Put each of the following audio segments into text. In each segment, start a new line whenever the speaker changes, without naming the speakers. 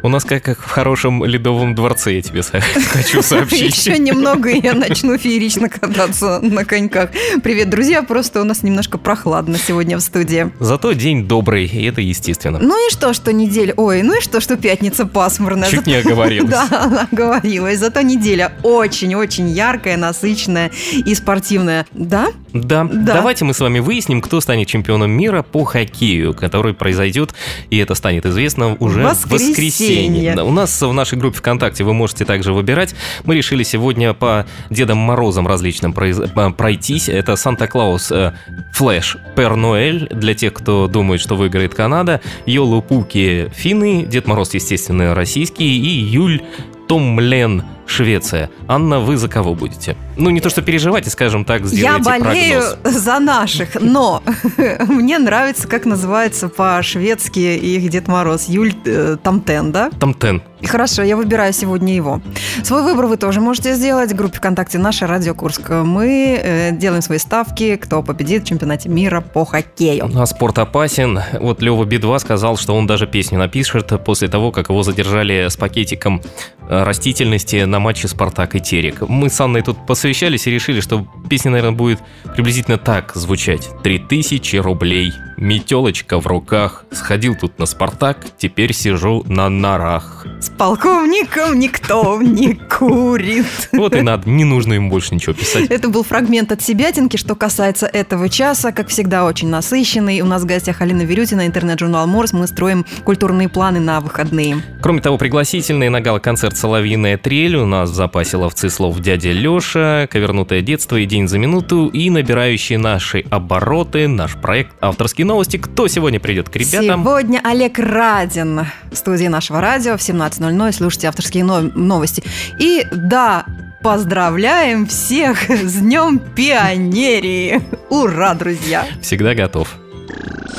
У нас как, как в хорошем ледовом дворце, я тебе со- хочу сообщить.
Еще немного, и я начну феерично кататься на коньках. Привет, друзья, просто у нас немножко прохладно сегодня в студии.
Зато день добрый, и это естественно.
Ну и что, что неделя... Ой, ну и что, что пятница пасмурная.
Чуть
Зато-
не оговорилась.
Да, она оговорилась. Зато неделя очень-очень яркая, насыщенная и спортивная. Да?
Да.
Да.
давайте мы с вами выясним, кто станет чемпионом мира по хоккею, который произойдет, и это станет известно уже в
Воскресенье.
воскресенье. Да, У нас в нашей группе ВКонтакте вы можете также выбирать. Мы решили сегодня по Дедам Морозам различным произ- э, пройтись. Это Санта-Клаус э, Флэш Пернуэль, для тех, кто думает, что выиграет Канада, Йолу Пуки Финны, Дед Мороз, естественно, российский, и Юль Томлен Швеция. Анна, вы за кого будете? Ну, не то, что переживайте, скажем так,
Я
сделайте
болею
прогноз.
за наших, но мне нравится, как называется по-шведски их Дед Мороз. Юль э, Тамтен, да?
Тамтен.
Хорошо, я выбираю сегодня его. Свой выбор вы тоже можете сделать в группе ВКонтакте «Наша Радио Курск». Мы э, делаем свои ставки, кто победит в чемпионате мира по хоккею.
А спорт опасен. Вот Лева Бедва сказал, что он даже песню напишет после того, как его задержали с пакетиком э, растительности на матче «Спартак» и «Терек». Мы с Анной тут посовещались и решили, что песня, наверное, будет приблизительно так звучать. «Три тысячи рублей, метелочка в руках, сходил тут на «Спартак», теперь сижу на нарах».
С полковником никто не курит.
Вот и надо, не нужно им больше ничего писать.
Это был фрагмент от «Себятинки». Что касается этого часа, как всегда, очень насыщенный. У нас в гостях Алина Верютина, интернет-журнал «Морс». Мы строим культурные планы на выходные.
Кроме того, пригласительные на гала-концерт «Соловьиная трель» у нас в запасе ловцы слов «Дядя Леша», «Ковернутое детство» и «День за минуту» и набирающие наши обороты, наш проект «Авторские новости». Кто сегодня придет к ребятам?
Сегодня Олег Радин в студии нашего радио в 17.00. Слушайте авторские но- новости. И да, поздравляем всех с Днем Пионерии! Ура, друзья!
Всегда готов.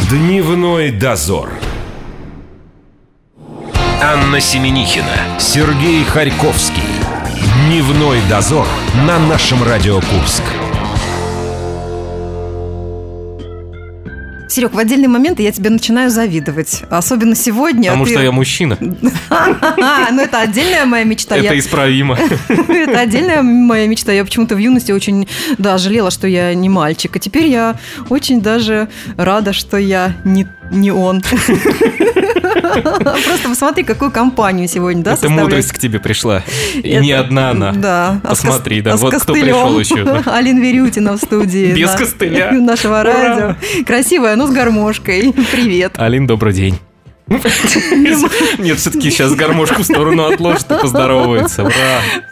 Дневной дозор. Анна Семенихина, Сергей Харьковский. Дневной дозор на нашем Радио Курск.
Серег, в отдельные моменты я тебе начинаю завидовать. Особенно сегодня.
Потому
ты-
что я мужчина.
А, ну это отдельная моя мечта. Я-
Это исправимо.
Это отдельная моя мечта. Я почему-то в юности очень, да, жалела, что я не мальчик. А теперь я очень даже рада, что я не, не он. Просто посмотри, какую компанию сегодня, да,
Это
составляет.
мудрость к тебе пришла. И
Это-
не одна она.
Да. а с кос-
Посмотри, да,
а с
вот кто
костылем.
пришел еще. да.
Алин Верютина в студии.
Без
на-
костыля.
Нашего
Ура.
радио. Красивая, но с гармошкой. Привет.
Алин, добрый день. Нет, все-таки сейчас гармошку в сторону отложит и поздоровается. Ура!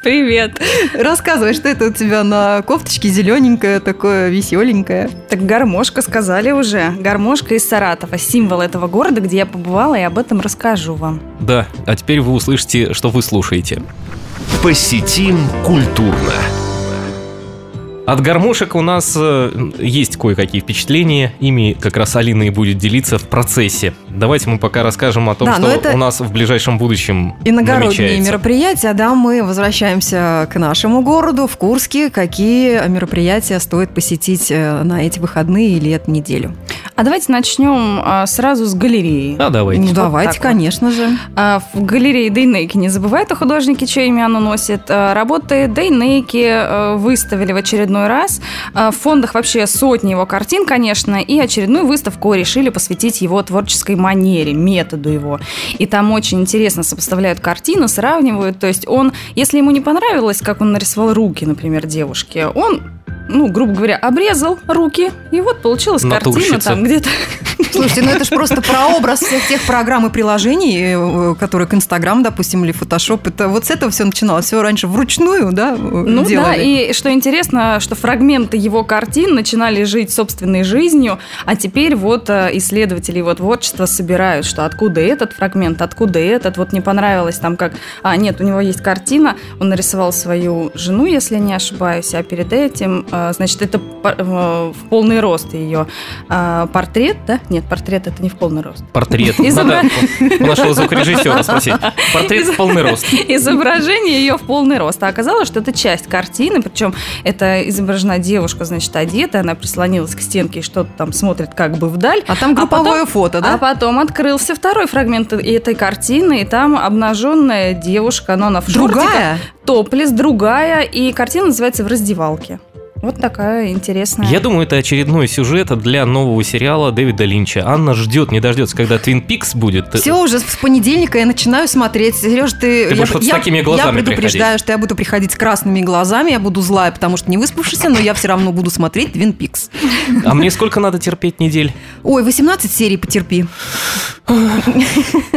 Привет.
Рассказывай, что это у тебя на кофточке зелененькое, такое веселенькое.
Так гармошка сказали уже. Гармошка из Саратова, символ этого города, где я побывала, и об этом расскажу вам.
Да, а теперь вы услышите, что вы слушаете.
Посетим культурно.
От гармошек у нас э, есть кое-какие впечатления, ими как раз Алина и будет делиться в процессе. Давайте мы пока расскажем о том,
Да,
что
но это-
у нас в ближайшем будущем
Иногородние
намечается.
мероприятия, да, мы возвращаемся к нашему городу, в Курске. Какие мероприятия стоит посетить э, на эти выходные или эту неделю?
А давайте начнем а, сразу с галереи.
А давайте.
ну, давайте,
так вот.
конечно же.
А, в галерее Дейнейки, не забывают о художнике, чье имя оно носит, а, работы Дейнейки а, выставили в очередной раз. А, В фондах вообще сотни его картин, конечно, и очередную выставку решили посвятить его творческой манере, методу его. И там очень интересно сопоставляют картины, сравнивают. То есть он, если ему не понравилось, как он нарисовал руки, например, девушке, он ну, грубо говоря, обрезал руки, и вот получилась картина
Натурщица.
там где-то.
Слушайте, ну это же просто прообраз всех тех программ и приложений, э, э, которые к Инстаграм, допустим, или Фотошоп. Это вот с этого все начиналось. Все раньше вручную, да, э,
Ну да,
делали.
и что интересно, что фрагменты его картин начинали жить собственной жизнью, а теперь вот э, исследователи его творчества собирают, что откуда этот фрагмент, откуда этот, вот не понравилось там как... А, нет, у него есть картина, он нарисовал свою жену, если я не ошибаюсь, а перед этим э, э, значит, это пор- э, в полный рост ее э, портрет, да? Нет, портрет это не в полный рост.
Портрет.
Изобра-
Надо у нашего звукорежиссера спросить. Портрет в полный рост.
изображение ее в полный рост. А оказалось, что это часть картины, причем это изображена девушка, значит, одета, она прислонилась к стенке и что-то там смотрит как бы вдаль.
А там групповое фото, да?
А потом открылся второй фрагмент э- этой картины, и там обнаженная девушка, но она в шортиках,
Другая?
топлес, другая, и картина называется «В раздевалке». Вот такая интересная.
Я думаю, это очередной сюжет для нового сериала Дэвида Линча. Анна ждет, не дождется, когда Твин Пикс будет.
Все, уже с понедельника я начинаю смотреть. Сереж, ты...
Ты будешь вот с такими глазами
Я предупреждаю,
приходить.
что я буду приходить с красными глазами, я буду злая, потому что не выспавшийся, но я все равно буду смотреть Твин Пикс.
А мне сколько надо терпеть недель?
Ой, 18 серий потерпи.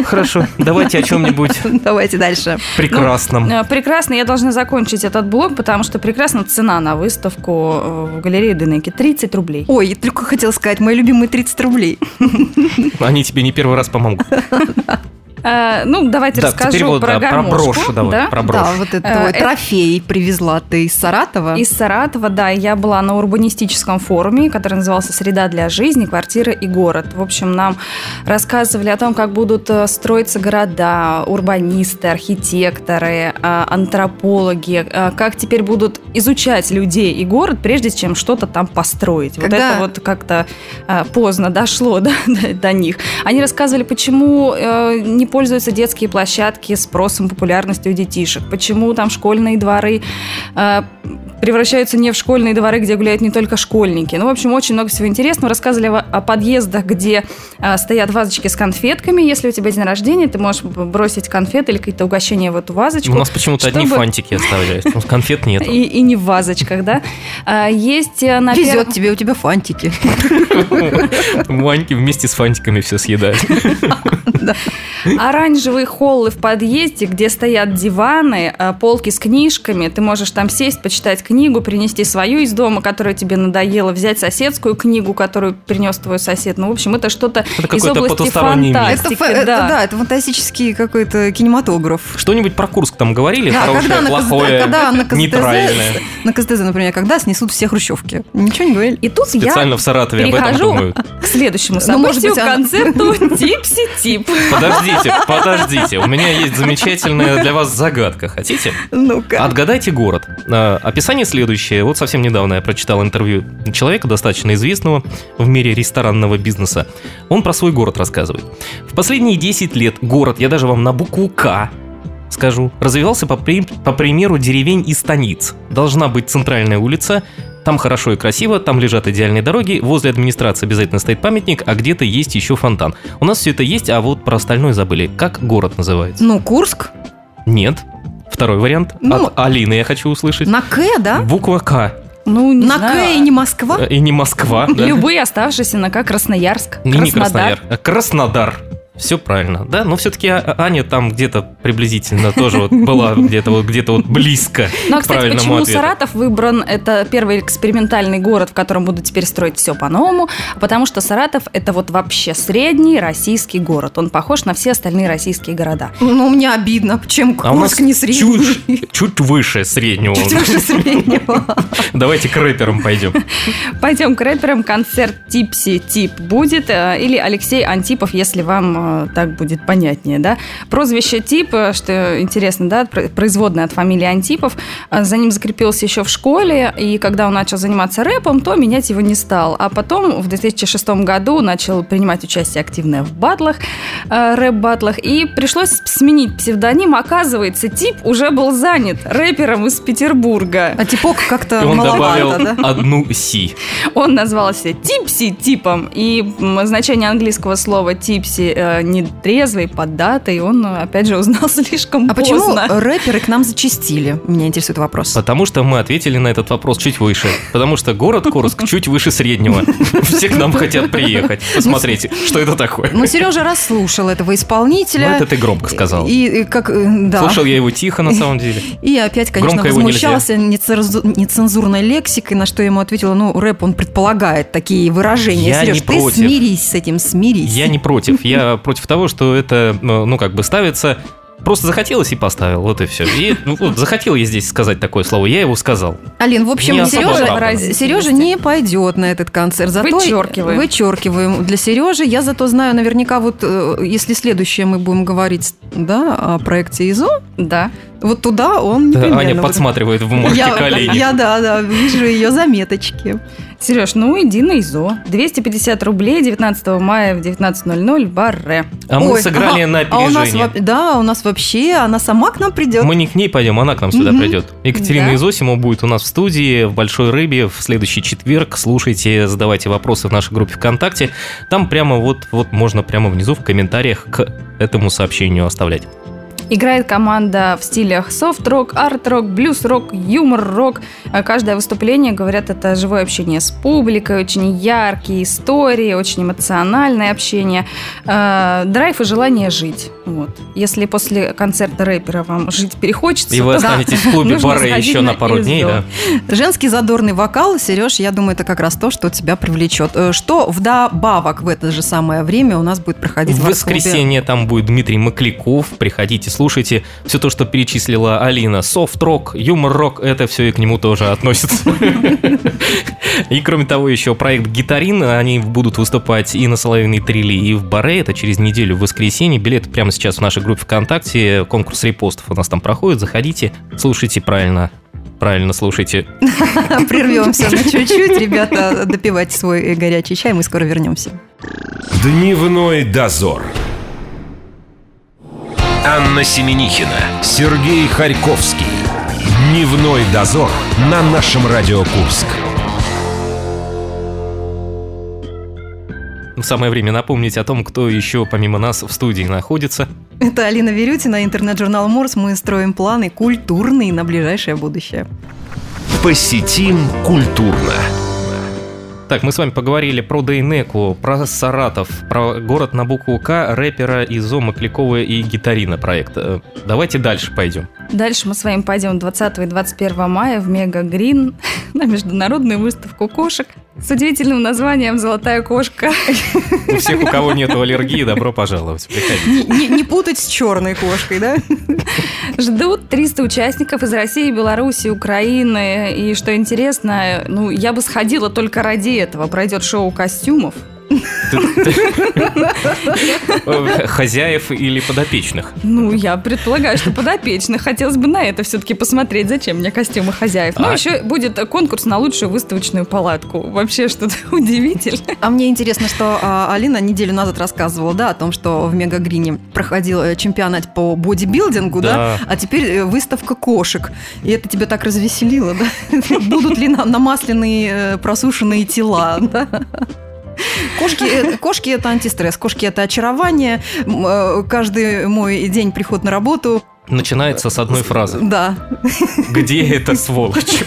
Хорошо, давайте о чем-нибудь
Давайте дальше.
прекрасном.
Э, Прекрасно, я должна закончить этот блог, потому что прекрасно цена на выставку э, в галерее Денеки 30 рублей.
Ой, я только хотела сказать, мои любимые 30 рублей.
Они тебе не первый раз помогут.
Э, ну, давайте
Да,
расскажу
теперь вот
про
да, про
гармошку,
брошь давай,
да?
про
Да,
А брошь.
вот это
Э,
твой
это-
трофей привезла ты из Саратова.
Из Саратова, да, я была на урбанистическом форуме, который назывался «Среда для жизни, квартира и город». В общем, нам рассказывали о том, как будут э, строиться города, урбанисты, архитекторы, э, антропологи, э, как теперь будут изучать людей и город, прежде чем что-то там построить. Вот
Когда-
это вот как-то э, поздно дошло да, до, до них. Они рассказывали, почему э, не пользуются детские площадки спросом популярностью у детишек, почему там школьные дворы э, превращаются не в школьные дворы, где гуляют не только школьники. Ну, в общем, очень много всего интересного. Рассказывали о о подъездах, где э, стоят вазочки с конфетками. Если у тебя день рождения, ты можешь б- бросить конфеты или какие-то угощения в эту
У
вазочку.
нас почему-то одни
чтобы-
фантики оставляют. Ну, Конфет нет.
И, и не в вазочках, да. А, Есть э, на первом-
Везет тебе, у тебя фантики.
Ваньки вместе с фантиками все съедают.
оранжевые холлы в подъезде, где стоят диваны, э, полки с книжками. Ты можешь там сесть, почитать книгу, принести свою из дома, которая тебе надоела, взять соседскую книгу, которую принес твой сосед. Ну, в общем, это что-то
Это
из
какой-то
области
потусторонний мир.
Это,
фантастики.
фа- это,
да.
да, это фантастический какой-то кинематограф.
Что-нибудь про Курск там говорили?
Да,
Хорошее,
когда на КЗ
плохое,
когда на КЗ
нейтральное.
На КСТЗ, например, когда снесут все хрущевки. Ничего не говорили?
И тут
Специально в Саратове об этом
перехожу.
думают.
я к следующему
Ну,
событию,
может быть, она-
концерту Типси-Тип.
Подождите, подождите. У меня есть замечательная для вас загадка. Хотите?
Ну-ка.
Отгадайте город. Э, Описание следующее. Вот совсем недавно я прочитал интервью человека, достаточно известного в мире ресторанного бизнеса. Он про свой город рассказывает. В последние 10 лет город, я даже вам на букву «К» скажу, развивался по, при- по примеру деревень и станиц. Должна быть центральная улица, там хорошо и красиво, там лежат идеальные дороги, возле администрации обязательно стоит памятник, а где-то есть еще фонтан. У нас все это есть, а вот про остальное забыли. Как город называется?
Ну, Курск.
Нет. Второй вариант.
Ну,
От Алины я хочу услышать.
На К, да?
Буква К.
Ну, не
На К и не Москва.
Э, И не Москва. да?
Любые оставшиеся на К. Красноярск,
Не, не
Краснодар.
Краснодар. а Краснодар. Все правильно, да? Но все-таки Аня там где-то приблизительно тоже вот была где-то вот где-то вот близко.
Ну, а,
к
кстати,
правильному
почему
ответу.
Саратов выбран? Это первый экспериментальный город, в котором будут теперь строить все по-новому, потому что Саратов – это вот вообще средний российский город. Он похож на все остальные российские города.
Ну, мне обидно, чем
А у нас
Курск не средний.
чуть, чуть выше среднего.
Чуть выше среднего.
Давайте к рэперам пойдем.
Пойдем к рэперам. Концерт Типси Тип будет, э, или Алексей Антипов, если вам э, так будет понятнее, да. Прозвище Тип, э, что интересно, да, про- производное от фамилии Антипов, э, за ним закрепился еще в школе, и когда он начал заниматься рэпом, то менять его не стал. А потом в 2006 году начал принимать участие активное в батлах, э, рэп-батлах, и пришлось сменить псевдоним. Оказывается, Тип уже был занят рэпером из Петербурга.
А типок
И
как-то
он добавил
маловато, да?
одну си.
Он назвался Типси Типом, и м, значение английского слова Типси э, нетрезвый, поддатый, он, э, опять же, узнал слишком
А почему
поздно.
рэперы к нам зачистили? Меня интересует вопрос.
Потому что мы ответили на этот вопрос чуть выше. Потому что город Курск чуть выше среднего. Все к нам хотят приехать, посмотреть, что это такое.
Ну, Сережа расслушал этого исполнителя.
Ну, это ты громко сказал.
И, и как, э, да.
Слушал я его тихо, на самом деле.
И опять, конечно,
Громко его
возмущался нецензу- нецензурной лексикой, на что я ему ответила, ну, рэп, он предполагает такие выражения.
Я
Сереж,
не
ты
против.
смирись с этим, смирись.
Я не против. Я против того, что это, ну, ну, как бы ставится Просто захотелось и поставил, вот и все. И ну, вот захотел я здесь сказать такое слово, я его сказал.
Алин, в общем,
Не особо
Сережа,
оправданно.
Сережа не пойдет на этот концерт. Зато
Вычеркиваем.
Вычеркиваем для Сережи. Я зато знаю наверняка, вот э, если следующее мы будем говорить да, о проекте ИЗО,
Да.
вот туда он
Да,
непременно
Аня
будет.
подсматривает в бумажке
я,
колени.
я, да, да, вижу ее заметочки.
Сереж, ну иди на ИЗО. 250 рублей 19 мая в 19.00 в баре.
А мы
Ой,
сыграли
а-
на
А у нас,
опережение.
воп- да, у нас вообще, она сама к нам придет.
Мы не к ней пойдем, она к нам сюда
Мгм.
придет. Екатерина
Да.
Изосимова будет у нас в студии в Большой Рыбе в следующий четверг. Слушайте, задавайте вопросы в нашей группе ВКонтакте. Там прямо вот, вот можно прямо внизу в комментариях к этому сообщению оставлять.
Играет команда в стилях софт-рок, арт-рок, блюз-рок, юмор-рок. А Каждое выступление, говорят, это живое общение с публикой, очень яркие истории, очень эмоциональное общение, Э, драйв и желание жить. Вот. Если после концерта рэпера вам жить перехочется,
И вы
то-
останетесь в клубе
Нужно
баре
сходить
еще
на
на пару дней,
Ильзо.
да?
Женский задорный вокал, Сереж, я думаю, это как раз то, что тебя привлечет. Э, Что вдобавок в это же самое время у нас будет проходить
В
А в арт-клубе?
воскресенье там будет Дмитрий Макляков. Приходите, слушайте. Все то, что перечислила Алина. Софт-рок, юмор-рок, это все и к нему тоже относится. И кроме того, еще проект «Гитарин». Они будут выступать и на Соловьиной Трилли, и в Баре. Это через неделю в воскресенье. Билеты прямо сейчас в нашей группе ВКонтакте. Конкурс репостов у нас там проходит. Заходите, слушайте правильно. Правильно слушайте.
Прервемся на чуть-чуть, ребята, допивайте свой э, горячий чай, мы скоро вернемся.
Дневной дозор. Анна Семенихина, Сергей Харьковский. Дневной дозор на нашем Радио Курск.
Самое время напомнить о том, кто еще помимо нас в студии находится.
Это Алина Верютина, интернет-журнал Морс. Мы строим планы культурные на ближайшее будущее.
Посетим культурно.
Так, мы с вами поговорили про Дейнеку, про Саратов, про город на букву К, рэпера Изо Маклякова и гитарина проект. Э, Давайте дальше пойдем.
Дальше мы с вами пойдем 20 и 21 мая в Мега Грин на международную выставку кошек с удивительным названием «Золотая кошка».
У всех, у кого нет аллергии, добро пожаловать. Приходите.
Не, не- не путать с черной кошкой, да?
Ждут 300 участников из России, Беларуси, Украины. И что интересно, ну, я бы сходила только ради этого. Пройдет шоу костюмов.
Ты- ты- Э, Хозяев или подопечных.
Ну, я предполагаю, что подопечных. Хотелось бы на это все-таки посмотреть, зачем мне костюмы хозяев. Ну,
А-
еще будет конкурс на лучшую выставочную палатку. Вообще что-то удивительное.
А мне интересно, что а, Алина неделю назад рассказывала, да, о том, что в Мегагрине проходил э, чемпионат по бодибилдингу,
Да.
да, а теперь э, выставка кошек. И это тебя так развеселило, да? Будут ли на- намасленные э, просушенные тела, да? Кошки, э, кошки это антистресс, кошки это очарование. М, э, Каждый мой день приход на работу,
Начинается с одной фразы.
да.
Где эта сволочь?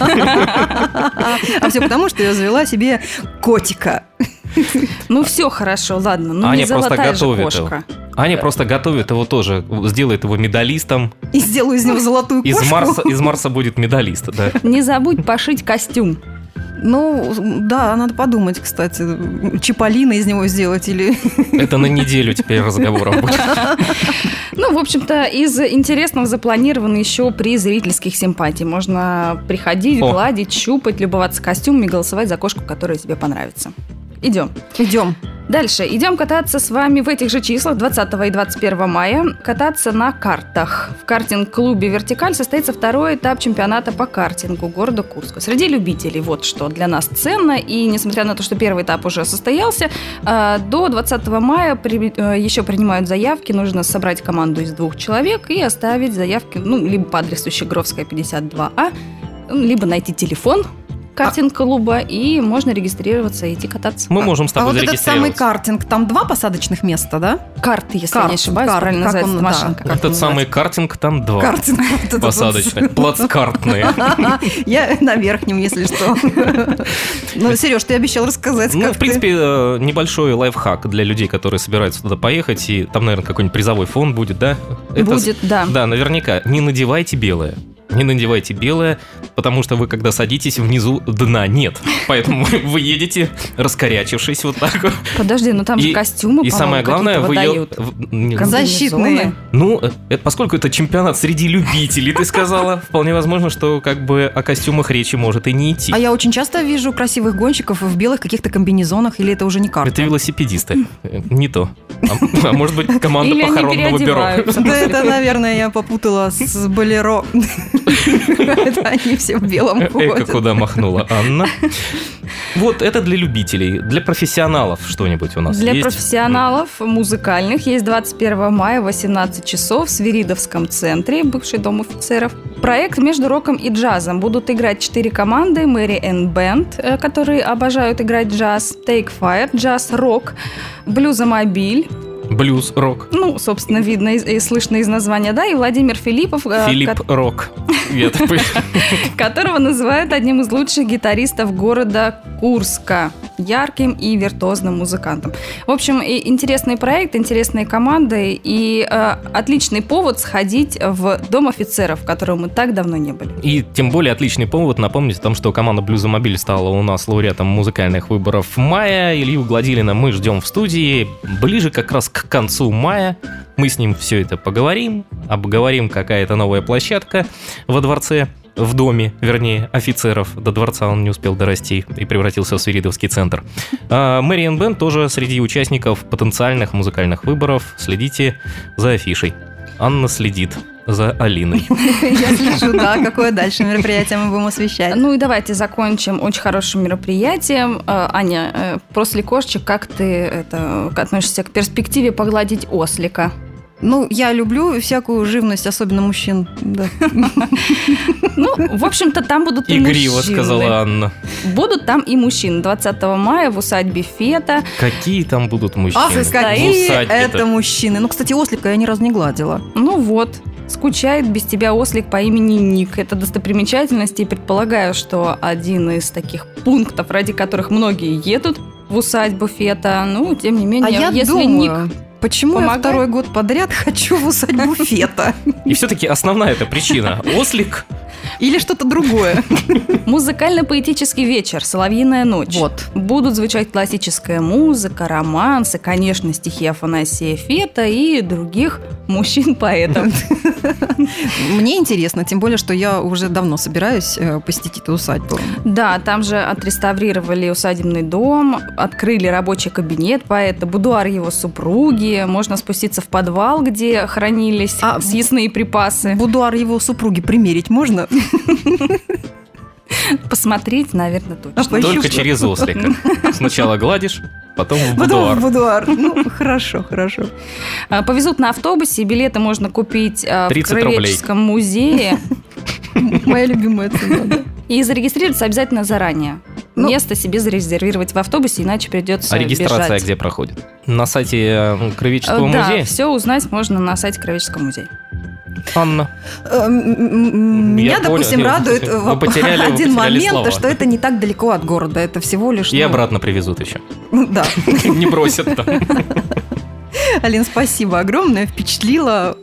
А все потому, что я завела себе котика.
Ну все хорошо, ладно. Ну
Аня
не
просто
золотая же
готовит его.
кошка.
Аня просто готовит его тоже, сделает его медалистом.
И сделаю из него золотую
Из
кошку.
Марса, из Марса будет медалист, да.
Не забудь пошить костюм.
Ну, да, надо подумать, кстати, Чиполлино из него сделать или...
Это на неделю теперь разговоров будет.
Ну, в общем-то, из интересного запланирован еще при зрительских симпатий. Можно приходить,
О.
гладить, щупать, любоваться костюмами, голосовать за кошку, которая тебе понравится. Идем.
Идем.
Дальше. Идем кататься с вами в этих же числах 20 и 21 мая. Кататься на картах. В картинг-клубе «Вертикаль» состоится второй этап чемпионата по картингу города Курска. Среди любителей вот что для нас ценно. И несмотря на то, что первый этап уже состоялся, э, до 20 мая при- э, еще принимают заявки. Нужно собрать команду из двух человек и оставить заявки ну, либо по адресу Щегровская, 52А, либо найти телефон картинг-клуба, и можно регистрироваться и идти кататься.
Мы можем с
А
тобой
вот этот самый
зарегистрироваться.
картинг, там два посадочных места, да?
Карты, если я
Карт,
не ошибаюсь,
карт,
правильно
как
называется
он,
эта машинка.
Как
Этот
называется?
самый картинг там два.
Картинг. вот этот вот.
Посадочные, плацкартные.
Я на верхнем, если что. Ну, Сереж, ты обещал рассказать,
Ну,
как
в
ты-
принципе, э, небольшой лайфхак для людей, которые собираются туда поехать, и там, наверное, какой-нибудь призовой фонд будет, да? Это с-
Будет, да.
Да, наверняка. Не надевайте белое. не надевайте белое, потому что вы, когда садитесь, внизу дна нет. Поэтому вы едете, раскорячившись вот так вот.
Подожди, ну там
И-
же костюмы,
И самое главное, вы... е-
выдают.
в- не-
Кон-
Защитные.
Ну, э, это, поскольку это чемпионат среди любителей, ты сказала, вполне возможно, что как бы о костюмах речи может и не идти.
А я очень часто вижу красивых гонщиков в белых каких-то комбинезонах, или это уже не карта?
Это велосипедисты. Э, Не то. А, а может быть, команда
Или они
похоронного бюро.
переодеваются.
Да это, наверное, я попутала с болеро.
а
Это они все в белом
Эко
ходят.
Э, куда махнула Анна. Вот это для любителей. Для профессионалов что-нибудь у нас
Для
есть?
профессионалов музыкальных есть 21 мая 18 часов в Свиридовском центре, бывший дом офицеров. Проект между роком и джазом. Будут играть четыре команды. Мэри Энн Бенд, э, которые обожают играть джаз. Take Fire, джаз, рок, блюзомобиль.
Блюз, рок.
Ну, собственно, видно из- и слышно из названия, да. И Владимир Филиппов, э,
Филипп
ко-
Рок. Я так понимаю.
которого называют одним из лучших гитаристов города Курска, ярким и виртуозным музыкантом. В общем, и интересный проект, интересные команды и э, отличный повод сходить в Дом офицеров, в котором мы так давно не были.
И тем более отличный повод напомнить о том, что команда Блюзомобиль стала у нас лауреатом музыкальных выборов мая. Илью Гладилина мы ждем в студии. Ближе как раз к концу мая мы с ним все это поговорим, обговорим какая-то новая площадка во дворце в доме, вернее, офицеров. До дворца он не успел дорасти и превратился в Свиридовский центр. А Мэриэн Бен тоже среди участников потенциальных музыкальных выборов. Следите за афишей. Анна следит за Алиной.
Я слежу, да, какое дальше мероприятие мы будем освещать.
Ну и давайте закончим очень хорошим мероприятием. Э, Аня, э, после кошечек, как ты это, относишься к перспективе погладить ослика?
Ну, я люблю всякую живность, особенно мужчин. Да.
Ну, в общем-то, там будут и
Игриво
мужчины.
сказала Анна.
Будут там и мужчины. 20 мая в усадьбе Фета
Какие там будут мужчины?
Ах, и
В
А какие
усадьбе-то.
это мужчины. Ну, кстати, ослика я ни разу не гладила.
Ну вот, скучает без тебя ослик по имени Ник. Это достопримечательность, и предполагаю, что один из таких пунктов, ради которых многие едут в усадьбу Фета. Ну, тем не менее,
а я
если Ник...
думаю, почему я
помогает?
второй год подряд хочу в усадьбу Фета?
И все-таки основная эта причина. Ослик.
Ну, Или что-то другое.
Музыкально-поэтический вечер, соловьиная ночь.
Вот.
Будут звучать классическая музыка, романсы, конечно, стихи Афанасия Фета и других мужчин-поэтов.
Мне интересно, тем более, что я уже давно собираюсь э, посетить эту усадьбу.
Да, там же отреставрировали усадебный дом, открыли рабочий кабинет поэта, будуар его супруги, можно спуститься в подвал, где хранились
А,
съестные припасы,
Будуар его супруги примерить можно?
Ну, посмотреть, наверное,
А
точно.
по-
Только
Почувствую.
через ослика. Сначала гладишь, потом в
Потом в
будуар. А
будуар. Ну, хорошо, хорошо.
А, Повезут на автобусе, билеты можно купить а, в
30 рублей.
Кровеческом музее
Моя любимая цена. да.
и зарегистрироваться обязательно заранее.
Ну.
Место себе зарезервировать в автобусе, иначе придется
А регистрация
бежать.
где проходит? На сайте э,
Э,
Кровеческого
Да,
музея?
все узнать можно на сайте Кровеческого музея.
Анна.
Эм, м, м,
Я
Меня,
понял.
допустим,
Нет,
радует
вы
э, воп-
потеряли- вы
один
потеряли
момент,
слова.
что это не так далеко от города. Это всего лишь...
И
ну,
обратно привезут еще.
Да.
Не бросят там.
Алин, спасибо огромное, впечатлила.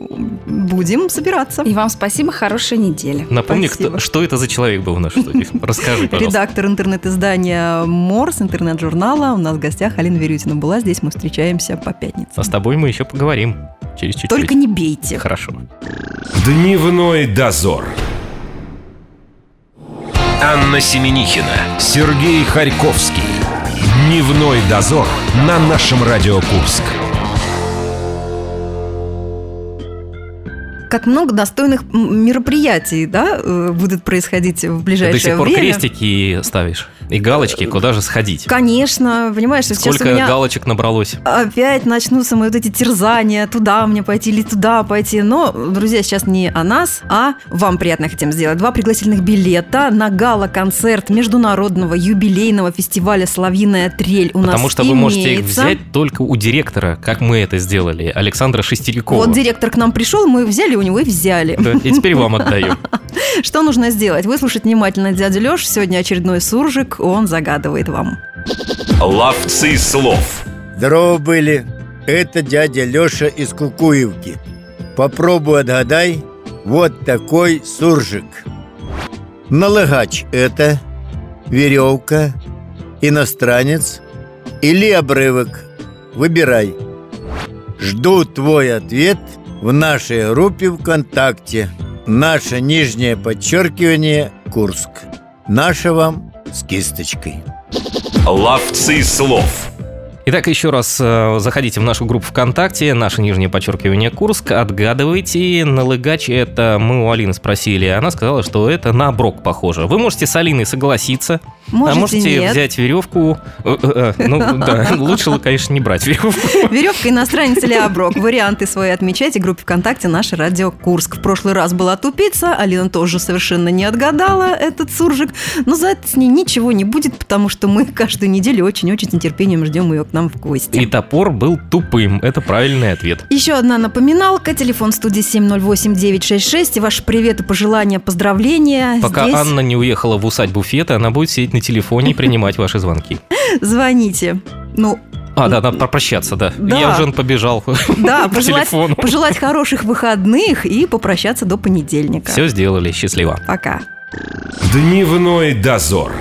Будем собираться.
И вам спасибо, хорошей недели.
Напомни,
Спасибо.
кто- что это за человек был в нашей студии? Расскажи, пожалуйста.
Редактор интернет-издания «Морс», интернет-журнала. У нас в гостях Алина Верютина была. Здесь мы встречаемся по
А
пятницам.
с тобой мы еще поговорим. Через чуть-чуть.
Только не бейте.
Хорошо.
Дневной дозор. Анна Семенихина, Сергей Харьковский. Дневной дозор на нашем Радио Курск.
Как много достойных м, мероприятий, да, э, будут происходить в
Ты до
ближайшее
сих пор
время.
крестики ставишь. И галочки, куда же сходить?
Конечно, понимаешь, сейчас
Сколько
у меня
галочек набралось?
опять начнутся мои вот эти терзания, туда мне пойти или туда пойти. Но, друзья, сейчас не о нас, а вам приятно хотим сделать. Два пригласительных билета на гала-концерт Международного юбилейного фестиваля «Соловьиная трель» у нас
Потому что вы можете их
имеется.
взять только у директора, как мы это сделали, Александра Шестерякова.
Вот директор к нам пришел, мы взяли у него и взяли.
Да, и теперь вам отдаю.
Что нужно сделать? Выслушать внимательно дядю Леш. Сегодня очередной суржик, он загадывает вам.
Ловцы слов.
Здорово были. Это дядя Леша из Кукуевки. Попробуй отгадай, Вот такой суржик. Налегач – это веревка, иностранец или обрывок. Выбирай. Жду твой ответ в нашей группе ВКонтакте. Наше нижнее подчеркивание Курск. Наше вам с кисточкой.
Ловцы слов.
Итак, еще раз э, заходите в нашу группу ВКонтакте, наше нижнее подчеркивание Курск, отгадывайте. Налыгач это мы у Алины спросили, она сказала, что это на брок похоже. Вы можете с Алиной согласиться,
Можете,
а можете
нет.
взять веревку. Э, э, э, Ну да, лучше, конечно, не брать веревку.
Веревка, иностранец или оброк. Варианты свои отмечайте в группе ВКонтакте «Наше радио Курск». В прошлый раз была тупица, Алина тоже совершенно не отгадала этот суржик. Но за это с ней ничего не будет, потому что мы каждую неделю очень-очень с нетерпением ждем ее к нам в гости.
И топор был тупым. Это правильный ответ.
Еще одна напоминалка. Телефон студии 708-966. И ваши приветы, пожелания, поздравления.
Пока
Здесь
Анна не уехала в усадьбу Фета, она будет сидеть на телефоне и принимать ваши звонки.
звоните. Ну,
А, да, надо прощаться, да.
Да.
Я уже побежал
да,
по
пожелать,
телефону.
пожелать хороших выходных и попрощаться до понедельника.
Все сделали, счастливо.
Пока.
Дневной дозор.